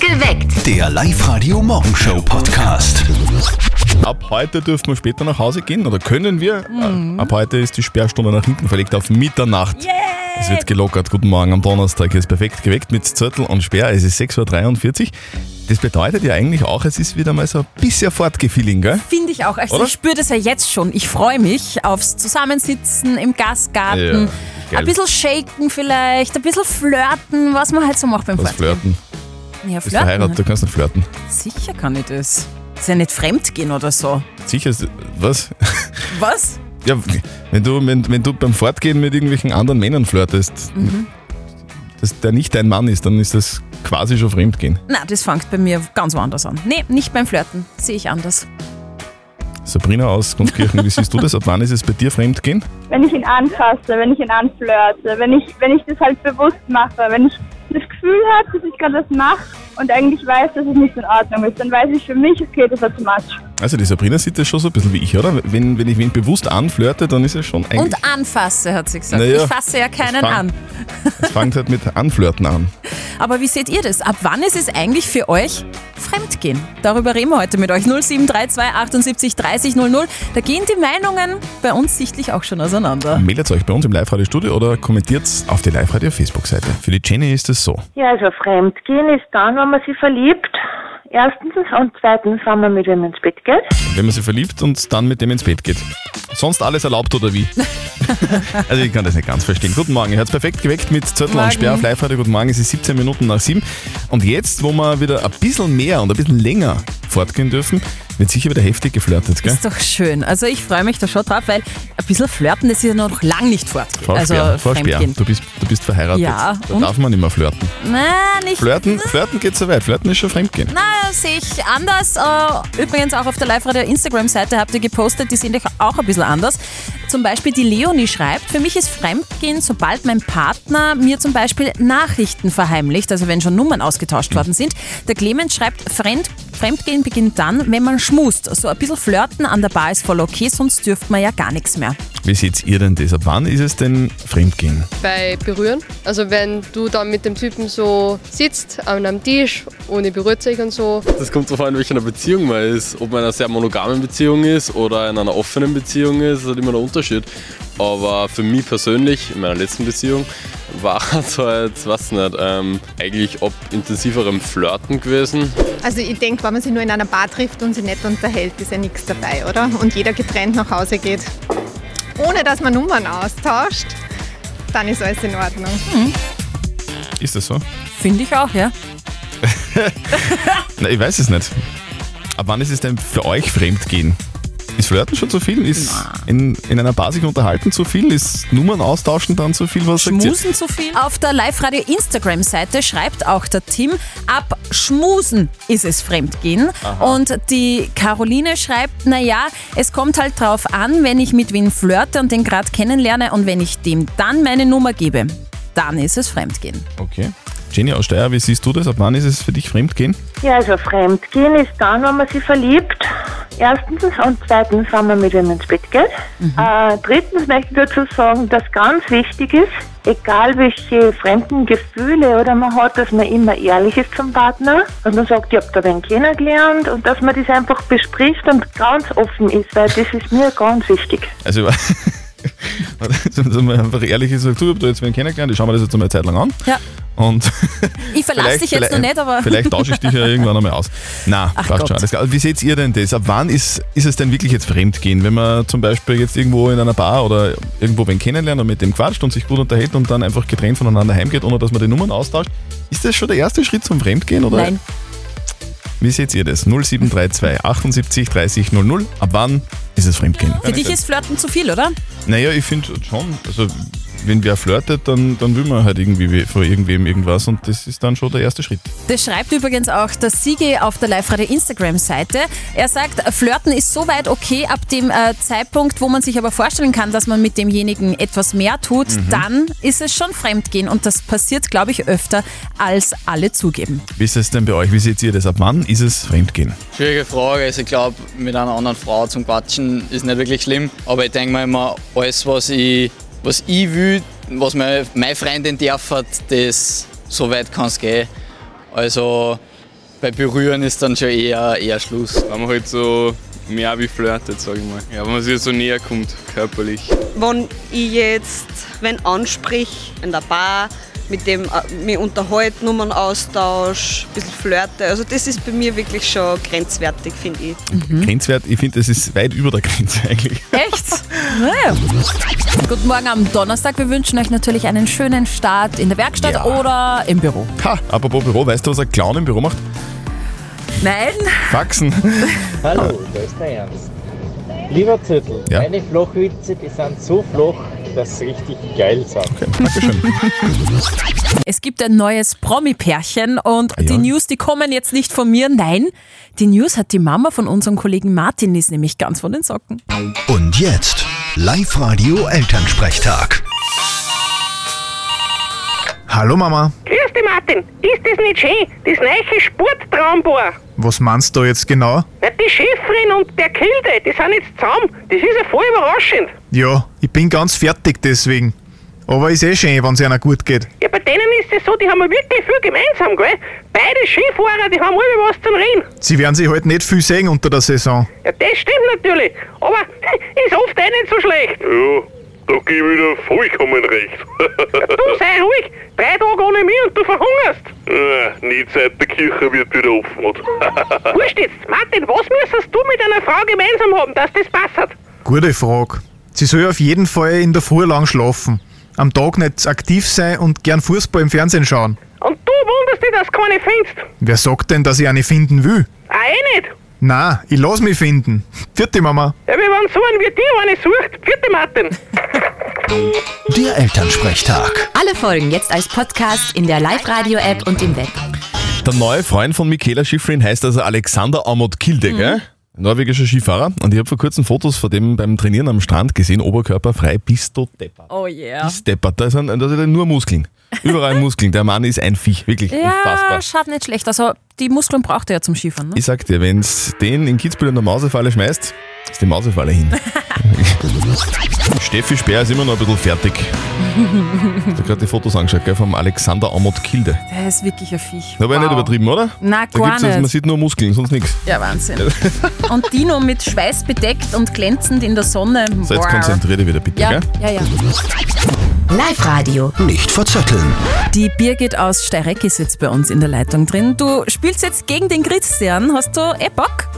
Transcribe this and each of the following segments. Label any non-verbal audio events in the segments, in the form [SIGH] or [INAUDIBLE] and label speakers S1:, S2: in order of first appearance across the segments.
S1: Geweckt.
S2: Der Live-Radio Morgenshow Podcast.
S3: Ab heute dürfen wir später nach Hause gehen oder können wir.
S4: Mhm.
S3: Äh, Ab heute ist die Sperrstunde nach hinten verlegt auf Mitternacht. Es wird gelockert. Guten Morgen am Donnerstag. Hier ist perfekt geweckt mit Zettel und Sperr. Es ist 6.43 Uhr. Das bedeutet ja eigentlich auch, es ist wieder mal so ein bisschen Fortgefeeling, gell?
S4: Finde ich auch. Also
S3: Oder?
S4: ich spüre das ja jetzt schon. Ich freue mich aufs Zusammensitzen im Gasgarten.
S3: Ja, geil.
S4: ein bisschen shaken vielleicht, ein bisschen flirten, was man halt so macht beim
S3: Was flirten?
S4: Ja,
S3: Bist verheiratet, du kannst nicht flirten.
S4: Sicher kann ich das. Ist ja nicht fremdgehen oder so.
S3: Sicher ist. Was?
S4: Was?
S3: Ja, wenn du, wenn, wenn du beim Fortgehen mit irgendwelchen anderen Männern flirtest,
S4: Mhm.
S3: dass der nicht dein Mann ist, dann ist das quasi schon Fremdgehen.
S4: Na, das fängt bei mir ganz woanders an. Nee, nicht beim Flirten. Sehe ich anders.
S3: Sabrina aus Grundkirchen, wie siehst du das? Ab wann ist es bei dir Fremdgehen?
S5: wenn ich ihn anfasse, wenn ich ihn anflirte, wenn ich, wenn ich das halt bewusst mache, wenn ich das Gefühl habe, dass ich gerade was mache und eigentlich weiß, dass es nicht in Ordnung ist, dann weiß ich für mich, okay, das war zu much.
S3: Also die Sabrina sieht das schon so ein bisschen wie ich, oder? Wenn, wenn ich wen bewusst anflirte, dann ist es schon eigentlich...
S4: Und anfasse, hat sie gesagt.
S3: Naja,
S4: ich fasse ja keinen
S3: fang-
S4: an.
S3: Es fängt halt mit Anflirten an.
S4: Aber wie seht ihr das? Ab wann ist es eigentlich für euch Fremdgehen? Darüber reden wir heute mit euch. 0732 78 30 00. Da gehen die Meinungen bei uns sichtlich auch schon auseinander.
S3: Meldet euch bei uns im Live-Radio-Studio oder kommentiert auf der Live-Radio-Facebook-Seite. Für die Jenny ist es so.
S6: Ja, also Fremdgehen ist dann, wenn man sich verliebt. Erstens und zweitens, wenn man mit wem ins Bett geht.
S3: Wenn man sie verliebt und dann mit dem ins Bett geht. Sonst alles erlaubt oder
S4: [LAUGHS]
S3: wie? also ich kann das nicht ganz verstehen. Guten Morgen, ihr hört perfekt geweckt mit Zettel
S4: Morgen.
S3: und Sperr auf live heute. Guten Morgen, es ist 17 Minuten nach 7. Und jetzt, wo wir wieder ein bisschen mehr und ein bisschen länger fortgehen dürfen, wird sicher wieder heftig geflirtet, gell?
S4: Ist doch schön. Also ich freue mich da schon drauf, weil ein bisschen flirten, das ist ja noch lang nicht fortgehen.
S3: Frau
S4: also
S3: Sperr, Frau Sperr,
S4: Fremdgehen.
S3: du bist, du bist verheiratet.
S4: Ja,
S3: da
S4: und?
S3: darf man nicht mehr flirten.
S4: Na, nicht.
S3: Flirten, flirten geht so weit. Flirten ist schon Fremdgehen.
S4: Na, sehe ich anders. Äh, Übrigens auch auf der Live-Radio-Instagram-Seite habt ihr gepostet, die sehen euch auch ein bisschen anders. Zum Beispiel die Leonie schreibt, für mich ist Fremdgehen, sobald mein Partner mir zum Beispiel Nachrichten verheimlicht, also wenn schon Nummern ausgetauscht worden sind. Der Clemens schreibt, Fremd, Fremdgehen beginnt dann, wenn man schmust. So ein bisschen flirten an der Bar ist voll okay, sonst dürft man ja gar nichts mehr.
S3: Wie seht ihr denn das? Ab wann ist es denn Fremdgehen?
S7: bei Berühren. Also wenn du dann mit dem Typen so sitzt an einem Tisch und ihr berührt sich und so.
S8: Das kommt darauf an, in welcher Beziehung man ist. Ob man in einer sehr monogamen Beziehung ist oder in einer offenen Beziehung ist, ist halt immer der Unterschied. Aber für mich persönlich, in meiner letzten Beziehung, war [LAUGHS] es halt, weiß nicht, ähm, eigentlich ob intensiverem Flirten gewesen.
S9: Also ich denke, wenn man sich nur in einer Bar trifft und sich nicht unterhält, ist ja nichts dabei, oder? Und jeder getrennt nach Hause geht, ohne dass man Nummern austauscht, dann ist alles in Ordnung.
S3: Ist das so?
S4: Finde ich auch, ja.
S3: Na, ich weiß es nicht. Ab wann ist es denn für euch Fremdgehen? Ist Flirten schon zu viel? Ist in, in einer Bar sich unterhalten zu viel? Ist Nummern austauschen dann zu viel? Was sagt ihr?
S4: Schmusen zu viel? Auf der Live-Radio Instagram-Seite schreibt auch der Tim, ab Schmusen ist es Fremdgehen. Und die Caroline schreibt, naja, es kommt halt drauf an, wenn ich mit wem flirte und den gerade kennenlerne und wenn ich dem dann meine Nummer gebe, dann ist es Fremdgehen.
S3: Okay. Jenny aus Steyr, wie siehst du das? Ab wann ist es für dich Fremdgehen?
S6: Ja, also Fremdgehen ist dann, wenn man sich verliebt. Erstens und zweitens, wenn man mit wem ins Bett geht. Äh, drittens möchte ich dazu sagen, dass ganz wichtig ist, egal welche fremden Gefühle oder man hat, dass man immer ehrlich ist zum Partner und man sagt, ich habe da wen kennengelernt und dass man das einfach bespricht und ganz offen ist, weil das ist mir ganz wichtig.
S3: Also, [LAUGHS] wenn man einfach ehrlich ist, sagt, du, ich hab da jetzt wen kennengelernt, ich schau mir das jetzt mal eine Zeit lang an.
S4: Ja.
S3: Und
S4: Ich verlasse dich jetzt noch nicht, aber
S3: Vielleicht tausche ich dich ja irgendwann einmal aus. Na,
S4: Ach
S3: passt
S4: Gott.
S3: schon. Alles klar. Wie seht ihr denn das? Ab wann ist, ist es denn wirklich jetzt Fremdgehen? Wenn man zum Beispiel jetzt irgendwo in einer Bar oder irgendwo wen kennenlernt und mit dem quatscht und sich gut unterhält und dann einfach getrennt voneinander heimgeht, ohne dass man die Nummern austauscht, ist das schon der erste Schritt zum Fremdgehen? Oder
S4: nein.
S3: Wie seht ihr das? 0732 78 30 00. Ab wann ist es Fremdgehen?
S4: Für dich ist Flirten zu viel, oder?
S3: Naja, ich finde schon, also wenn wer flirtet, dann, dann will man halt irgendwie we- vor irgendwem irgendwas und das ist dann schon der erste Schritt.
S4: Das schreibt übrigens auch der Sigi auf der Live-Radio Instagram-Seite. Er sagt, Flirten ist soweit okay, ab dem äh, Zeitpunkt, wo man sich aber vorstellen kann, dass man mit demjenigen etwas mehr tut, dann ist es schon Fremdgehen. Und das passiert, glaube ich, öfter, als alle zugeben.
S3: Wie ist es denn bei euch? Wie seht ihr das? Ab wann ist es Fremdgehen?
S10: Schwierige Frage. Also ich glaube, mit einer anderen Frau zum Quatschen ist nicht wirklich schlimm. Aber ich denke mir immer, alles, was ich, was ich will, was meine, meine Freundin darf, das so weit kann es gehen. Also
S11: bei Berühren ist dann schon eher, eher Schluss.
S12: Wenn man halt so mehr wie flirtet, sag ich mal. Ja, wenn man sich so näher kommt, körperlich.
S6: Wenn ich jetzt, wenn ansprich in der Bar, mit dem äh, mich unterhalte, Nummernaustausch, ein bisschen flirte. Also das ist bei mir wirklich schon grenzwertig, finde ich.
S13: Grenzwert, ich finde, das ist
S3: [LAUGHS]
S13: weit über der Grenze eigentlich.
S4: Echt? Naja. Guten Morgen am Donnerstag. Wir wünschen euch natürlich einen schönen Start in der Werkstatt
S13: Ja.
S4: oder im Büro.
S13: Ha, apropos Büro, weißt du, was ein Clown im Büro macht?
S4: Nein,
S13: Faxen.
S14: Hallo, da ist der Ernst. Lieber Zettel,
S13: Ja.
S14: meine Flochwitze, die sind so floch, dass sie richtig geil sind.
S13: Dankeschön.
S4: es gibt ein neues Promi-Pärchen und
S13: Ah, ja.
S4: die News, die kommen jetzt nicht von mir. Nein, die News hat die Mama von unserem Kollegen Martin, die ist nämlich ganz von den Socken.
S2: Und jetzt Live-Radio Elternsprechtag.
S3: Hallo Mama,
S15: Grüß dich, Martin. Ist das nicht schön? Das neue Sporttraumbohr.
S3: was meinst du jetzt genau?
S15: Na, die Schäferin und der Kilde, die sind jetzt zusammen. Das ist ja voll überraschend.
S3: Ja, ich bin ganz fertig deswegen. Aber ist eh schön, wenn es einer gut geht.
S15: Ja, bei denen ist es so, die haben ja wirklich viel gemeinsam, gell? Beide Skifahrer, die haben alle was zum Reden.
S3: Sie werden sich halt nicht viel sehen unter der Saison.
S15: Ja, das stimmt natürlich. Aber ist oft eh nicht so schlecht.
S16: Ja, da gebe ich dir vollkommen recht.
S15: Du sei ruhig. Drei Tage ohne mich und du verhungerst.
S16: Ah, die Zeit der Kirche wird wieder [LAUGHS] offen.
S15: Wurscht jetzt. Martin, was müsstest du mit einer Frau gemeinsam haben, dass das passt?
S3: Gute Frage. Sie soll auf jeden Fall in der Früh lang schlafen, am Tag nicht aktiv sein und gern Fußball im Fernsehen schauen.
S15: Und du wunderst dich, dass du keine findest.
S3: Wer sagt denn, dass ich eine finden will?
S15: Ah, eh nicht.
S3: Na, ich lass mich finden. Vierte Mama.
S15: Ja, wir waren so ein wie dir eine sucht. Vierte Martin.
S2: Der Elternsprechtag.
S17: Alle Folgen jetzt als Podcast in der Live-Radio-App und im Web.
S13: Der neue Freund von Michaela Schifrin heißt also Alexander Amot Kilde, gell? Norwegischer Skifahrer. Und ich habe vor kurzem Fotos von dem beim Trainieren am Strand gesehen, oberkörperfrei, bis du deppert.
S4: Oh yeah.
S13: Bis deppert. Da sind, da sind nur Muskeln.
S12: [LAUGHS]
S13: Überall Muskeln. Der Mann ist ein Viech, wirklich unfassbar.
S4: Ja, schaut nicht schlecht. Also die Muskeln braucht er ja zum Skifahren. Ne?
S13: Ich sag dir, wenn's den in Kitzbühel in der Mausefalle schmeißt, ist die Mausefalle hin.
S12: [LAUGHS]
S13: Steffi Speer ist immer noch ein
S12: [LAUGHS]
S13: bisschen fertig. Ich hab gerade die Fotos angeschaut, gell, vom Alexander Amot Kilde.
S4: Der ist wirklich ein Viech.
S13: Da war ich nicht übertrieben, oder?
S4: Na,
S13: da
S4: gar
S13: gibt's das,
S4: nicht.
S13: Man sieht nur Muskeln, sonst nichts.
S4: Ja, Wahnsinn.
S13: [LAUGHS]
S4: Und Dino mit Schweiß bedeckt und glänzend in der Sonne.
S13: So, jetzt
S4: Wow.
S13: konzentrier dich wieder bitte,
S4: Ja,
S13: gell?
S4: ja, ja. Live-Radio.
S2: Nicht verzetteln.
S4: Die Birgit aus Steyreck ist jetzt bei uns in der Leitung drin. Du spielst jetzt gegen den Christian. Hast du eh Bock?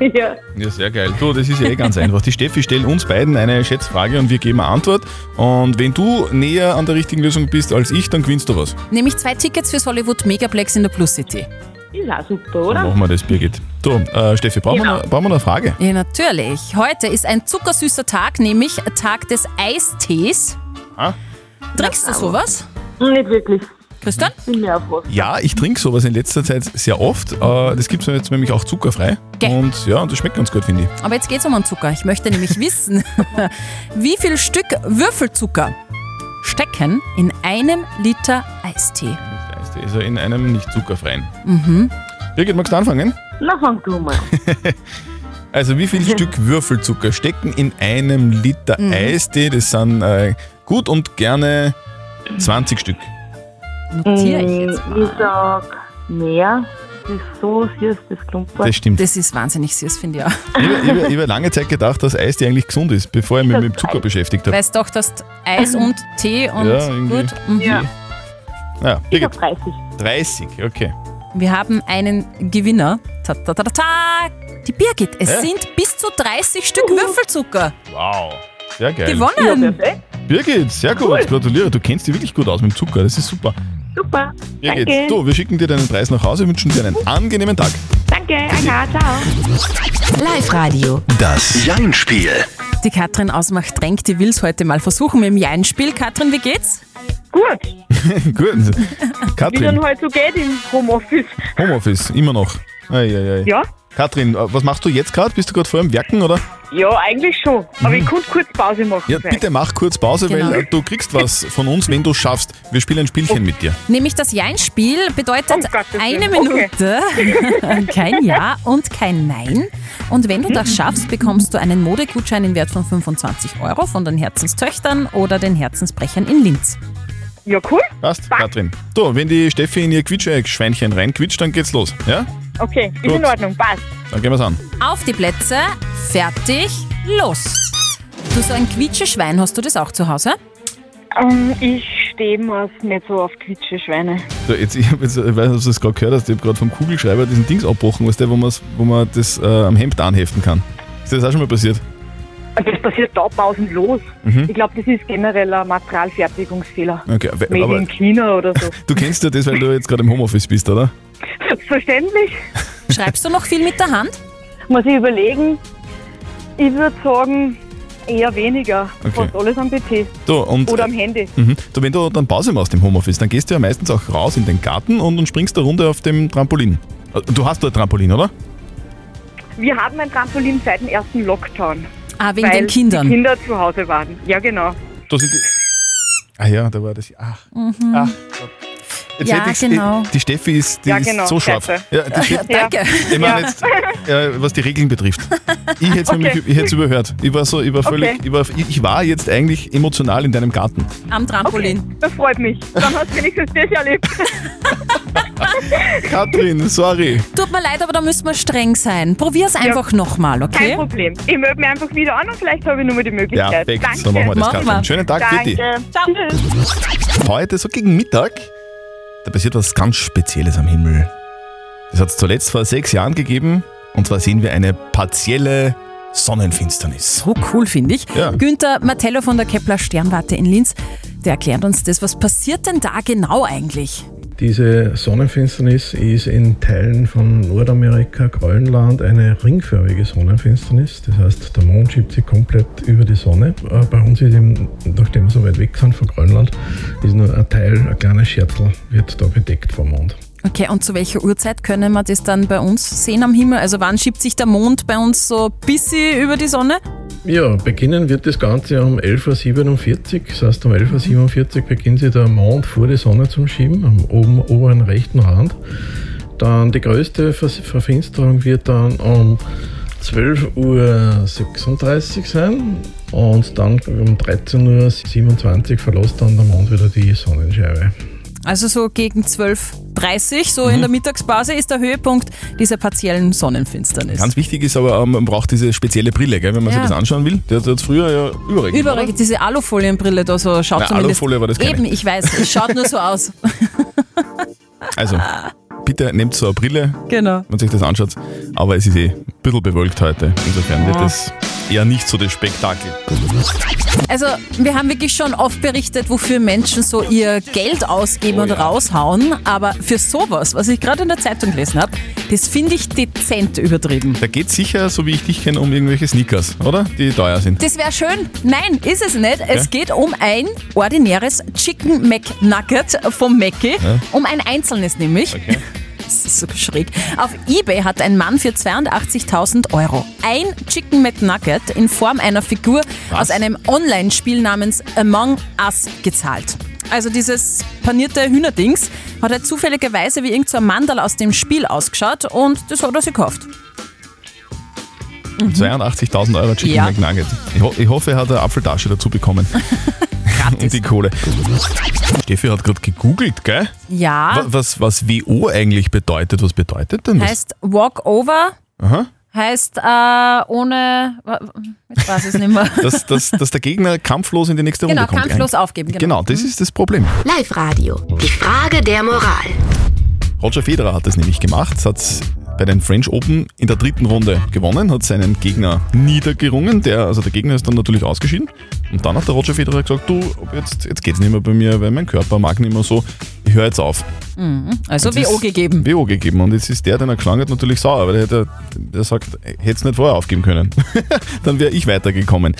S5: Ja.
S13: Ja, sehr geil. Du, das ist ja eh ganz einfach. Die Steffi stellt uns beiden eine Schätzfrage und wir geben eine Antwort. Und wenn du näher an der richtigen Lösung bist als ich, dann gewinnst du was.
S4: Nämlich zwei Tickets fürs Hollywood Megaplex in der Plus City.
S5: Ja, super,
S13: So machen wir das, Birgit. Du, äh, Steffi, brauchen,
S4: Genau.
S13: wir noch, brauchen wir noch eine Frage?
S4: Ja, natürlich. Heute ist ein zuckersüßer Tag, nämlich Tag des Eistees.
S13: Ah.
S4: Trinkst du sowas?
S5: Nicht wirklich.
S4: Christian?
S5: Bin mir auf was.
S13: Ja, ich trinke sowas in letzter Zeit sehr oft. Äh, Das gibt es jetzt nämlich auch zuckerfrei. Und ja, und das schmeckt ganz gut, finde ich.
S4: Aber jetzt geht's um den Zucker. Ich möchte
S5: [LAUGHS]
S4: nämlich wissen, [LAUGHS] wie viel Stück Würfelzucker stecken in einem Liter Eistee?
S13: Das heißt, also in einem nicht zuckerfreien.
S4: Mhm.
S13: Birgit, magst du anfangen?
S5: Na, fang du mal.
S13: [LAUGHS]
S5: [LAUGHS]
S13: Also wie viel Stück Würfelzucker stecken in einem Liter
S4: Mhm.
S13: Eistee? Das sind äh, gut und gerne 20 Stück.
S4: Notiere ich jetzt
S5: mal. Ich sag mehr. Das ist so süß, das Klumpert.
S13: Das stimmt.
S4: Das ist wahnsinnig süß, finde ich auch.
S13: Ich habe- ich habe ich habe lange Zeit gedacht, dass Eistee eigentlich gesund ist, bevor ich mich mit dem Zucker beschäftigt habe.
S4: Weiß doch, dass du
S5: [LAUGHS]
S4: Eis und Tee und
S13: Ja, irgendwie.
S4: gut. Mhm.
S13: Ja, Birgit,
S5: 30.
S13: 30, okay.
S4: Wir haben einen Gewinner. Ta, ta, ta, ta, ta. Die Birgit. Es
S13: Hä?
S4: sind bis zu 30 Stück Würfelzucker.
S13: Wow, sehr geil.
S4: Gewonnen.
S13: Birgit, sehr gut, gratuliere. Du kennst dich wirklich gut aus mit dem Zucker, das ist super.
S5: Super.
S13: Birgit, du, wir schicken dir deinen Preis nach Hause, wünschen dir einen angenehmen Tag.
S5: Danke, Anna, ciao.
S4: Live-Radio.
S2: Das Jein-Spiel.
S4: Die Katrin aus Machtrenk, die will es heute mal versuchen mit dem Jeinspiel. Katrin, wie geht's?
S5: Gut.
S13: gut.
S5: Wie dann
S13: Katrin,
S5: halt so geht im Homeoffice.
S13: Homeoffice, immer noch. Ei, ei, ei.
S5: Ja.
S13: Katrin, äh, was machst du jetzt gerade? Bist du gerade vor dem Werken, oder?
S5: Ja, eigentlich schon. Aber
S16: Mhm.
S5: ich konnte kurz Pause machen.
S13: Ja, bitte mach kurz Pause,
S4: Genau. Oh.
S13: weil äh, du kriegst was von uns, wenn du schaffst. Wir spielen ein Spielchen mit dir.
S4: Nämlich das Jein-Spiel
S18: Um
S4: bedeutet eine Minute, [LAUGHS] kein Ja und kein Nein. Und wenn du das schaffst, bekommst du einen Modegutschein im Wert von 25 Euro von den Herzenstöchtern oder den Herzensbrechern in Linz.
S19: Ja, cool.
S3: Passt, Katrin. Du, wenn die Steffi in ihr Quitscheschweinchen reinquitscht, dann geht's los. Ja?
S19: Okay, ist
S3: Gut.
S19: in Ordnung, passt.
S3: Dann gehen wir's an.
S4: Auf die Plätze, fertig, los. Du so ein Quietscheschwein, hast du das auch zu Hause?
S18: Ähm, ich stehe mir nicht so auf Quitscheschweine.
S3: So, jetzt, ich, hab jetzt, ich weiß nicht, ob du das gerade gehört hast, ich habe gerade vom Kugelschreiber diesen Dings abbrochen, weißt du, wo, man's- wo man das äh, am Hemd anheften kann. Ist dir das auch schon mal passiert?
S18: Und das Also passiert da pausenlos.
S3: Mhm.
S18: Ich glaube, das ist generell ein Materialfertigungsfehler.
S3: Okay, we-
S18: Made
S3: aber-
S18: in China oder
S3: [LAUGHS]
S18: so.
S3: Du kennst ja das, weil du jetzt gerade im Homeoffice bist, oder?
S18: Verständlich?
S4: Schreibst du noch viel mit der Hand?
S18: Muss ich überlegen. Ich würde sagen, eher weniger.
S3: Okay.
S18: Fast alles am PC.
S3: Du, und,
S18: Oder am Handy.
S3: Mhm. Du, wenn du dann Pause machst im Homeoffice, dann gehst du ja meistens auch raus in den Garten und, und springst eine Runde auf dem Trampolin. Äh, Du hast da ein Trampolin, oder?
S18: Wir haben ein Trampolin seit dem ersten Lockdown.
S3: Mhm.
S4: Ah,
S3: wegen
S18: weil
S3: den Kindern.
S18: Die Kinder zu Hause waren. Ja, genau.
S3: Da sind die. Ah ja, da war das. Ach.
S18: Mhm.
S3: Ach. Jetzt
S18: Ja,
S3: hätte ich's- äh,
S18: genau.
S3: Die Steffi ist, die
S18: Ja,
S3: ist
S18: genau,
S3: so scharf.
S18: scheiße.
S3: die Steffi,
S18: [LAUGHS] Ja, danke.
S3: Ich meine
S18: Ja.
S3: jetzt, äh, was die Regeln betrifft. Ich hätte es
S4: Okay.
S3: überhört. Ich war so, ich war
S4: Okay.
S3: völlig, ich, war, ich ich war jetzt eigentlich emotional in deinem Garten.
S4: Am Trampolin.
S18: Das freut mich. Dann hast du wenigstens das erlebt.
S3: Katrin, sorry.
S4: Tut mir leid, aber da müssen wir streng sein. Probier's einfach nochmal, okay?
S18: Kein Problem. Ich melde mich einfach wieder an und vielleicht habe ich nur mal die Möglichkeit.
S3: Ja, perfekt.
S18: Danke.
S3: So machen wir das, Machen Katrin. wir. Schönen Tag,
S18: Danke.
S3: Vitti.
S18: Ciao.
S3: Heute, so gegen Mittag, da passiert was ganz Spezielles am Himmel. Das hat es zuletzt vor sechs Jahren gegeben. Und zwar sehen wir eine partielle Sonnenfinsternis.
S4: So cool, finde ich.
S3: Ja.
S4: Günther Martello von der Kepler Sternwarte in Linz, der erklärt uns das. Was passiert denn da genau eigentlich?
S13: Diese Sonnenfinsternis ist in Teilen von Nordamerika, Grönland, eine ringförmige Sonnenfinsternis. Das heißt, der Mond schiebt sich komplett über die Sonne. Äh, Bei uns ist eben, nachdem wir so weit weg sind von Grönland, ist nur ein Teil, ein kleines Scherzel, wird da bedeckt vom Mond.
S4: Okay, und zu welcher Uhrzeit können wir das dann bei uns sehen am Himmel? Also wann schiebt sich der Mond bei uns so bisschen über die Sonne?
S13: Ja, beginnen wird das Ganze um 11.47 Uhr. Das heißt, um 11.47 Uhr beginnt sich der Mond vor die Sonne zum Schieben, am oben, oberen rechten Rand. Dann die größte Vers- Verfinsterung wird dann um 12.36 Uhr sein. Und dann um 13.27 Uhr verlässt dann der Mond wieder die Sonnenscheibe.
S4: Also so gegen 12.30 Uhr,
S3: Mhm.
S4: so in der Mittagspause, ist der Höhepunkt dieser partiellen Sonnenfinsternis.
S3: Ganz wichtig ist aber, ähm, man braucht diese spezielle Brille, gell, wenn man
S4: Ja.
S3: sich das anschauen will. Der hat es früher ja überall gegeben,
S4: Überall
S3: oder?
S4: diese Alufolienbrille da so schaut
S3: Nein,
S4: zumindest.
S3: Alufolie war das keine.
S4: Eben, ich weiß, es schaut nur
S3: [LAUGHS]
S4: so aus.
S3: Also, bitte nehmt so eine Brille,
S4: Genau.
S3: wenn man sich das anschaut. Aber es ist eh ein bisschen bewölkt heute. Insofern wird
S4: Ja.
S3: das eher nicht so das Spektakel.
S4: Also, wir haben wirklich schon oft berichtet, wofür Menschen so ihr Geld
S3: Oh
S4: ausgeben und raushauen. Aber für sowas, was ich gerade in der Zeitung gelesen habe, das finde ich dezent übertrieben.
S3: Da geht es sicher, so wie ich dich kenne, um irgendwelche Sneakers, oder? Die teuer sind.
S4: Das wäre schön. Nein, ist es nicht.
S3: Ja.
S4: Es geht um ein ordinäres Chicken McNugget vom Mackey.
S3: Ja.
S4: Um ein einzelnes nämlich. [LAUGHS] Das ist so schräg. Auf Ebay hat ein Mann für 82.000 Euro ein Chicken McNugget in Form einer Figur aus einem Online-Spiel namens Among Us gezahlt. Also dieses panierte Hühnerdings hat er zufälligerweise wie irgendein so ein Mandal aus dem Spiel ausgeschaut und das hat er sich gekauft.
S3: 82.000 Euro Chicken
S4: Mhm. Ja.
S3: McNugget. Ich, ho ich hoffe, er hat eine Apfeltasche dazu
S4: [LAUGHS]
S3: bekommen. Und die Kohle. Steffi hat gerade gegoogelt, gell?
S4: Ja.
S3: Wa- Was, was WO eigentlich bedeutet, was bedeutet denn das?
S4: Heißt Walk Over,
S3: Aha.
S4: heißt äh, ohne. wa- Jetzt weiß ich es nicht mehr.
S3: Dass, dass, dass der Gegner kampflos in die nächste
S4: Genau,
S3: Runde kommt.
S4: kampflos aufgeben, genau.
S3: Genau, das ist das Problem.
S20: Live Radio. Die Frage der Moral.
S3: Roger Federer hat es nämlich gemacht, hat bei den French Open in der dritten Runde gewonnen, hat seinen Gegner niedergerungen, der, also der Gegner ist dann natürlich ausgeschieden und dann hat der Roger Federer gesagt, du, ob jetzt, jetzt geht's nicht mehr bei mir, weil mein Körper mag nicht mehr so, ich höre jetzt auf.
S4: Mhm. Also
S3: Jetzt ist
S4: WO gegeben.
S3: WO gegeben und jetzt ist der, den er geschlagen hat, natürlich sauer, weil der, der, der sagt, hätte es nicht vorher aufgeben können, [LAUGHS] dann wäre ich weitergekommen.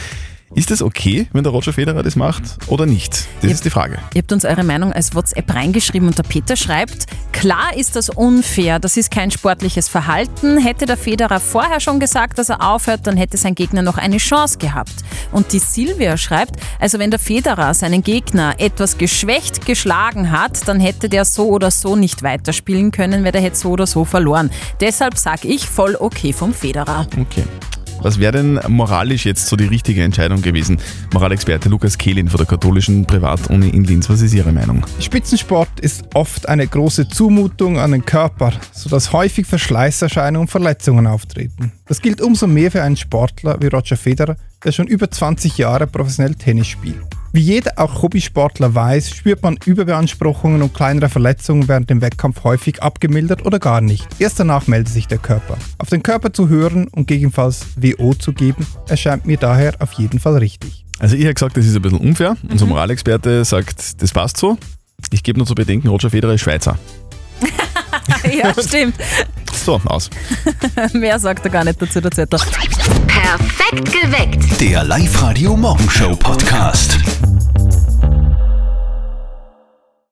S3: Ist das okay, wenn der Roger Federer das macht oder nicht? Das ist die Frage.
S4: Ihr habt uns eure Meinung als WhatsApp reingeschrieben und der Peter schreibt, klar ist das unfair, das ist kein sportliches Verhalten. Hätte der Federer vorher schon gesagt, dass er aufhört, dann hätte sein Gegner noch eine Chance gehabt. Und die Silvia schreibt, also wenn der Federer seinen Gegner etwas geschwächt geschlagen hat, dann hätte der so oder so nicht weiterspielen können, weil der hätte so oder so verloren. Deshalb sag ich voll okay vom Federer. [LAUGHS]
S3: Okay.
S13: Was wäre denn moralisch jetzt so die richtige Entscheidung gewesen? Moralexperte Lukas Kehlin von der katholischen Privatuni in Linz, was ist Ihre Meinung?
S3: Spitzensport ist oft eine große Zumutung an den Körper, sodass häufig Verschleißerscheinungen und Verletzungen auftreten. Das gilt umso mehr für einen Sportler wie Roger Federer, der schon über 20 Jahre professionell Tennis spielt. Wie jeder auch Hobbysportler weiß, spürt man Überbeanspruchungen und kleinere Verletzungen während dem Wettkampf häufig abgemildert oder gar nicht. Erst danach meldet sich der Körper. Auf den Körper zu hören und gegebenenfalls WO zu geben, erscheint mir daher auf jeden Fall richtig.
S13: Also ich habe gesagt, das ist ein bisschen unfair.
S4: Mhm.
S13: Unser Moralexperte sagt, das passt so. Ich gebe nur zu bedenken, Roger Federer ist Schweizer.
S4: ja, stimmt.
S13: So, aus.
S4: Mehr sagt er gar nicht dazu, der Zettel.
S20: Perfekt geweckt.
S2: Der Live-Radio Morgenshow Podcast.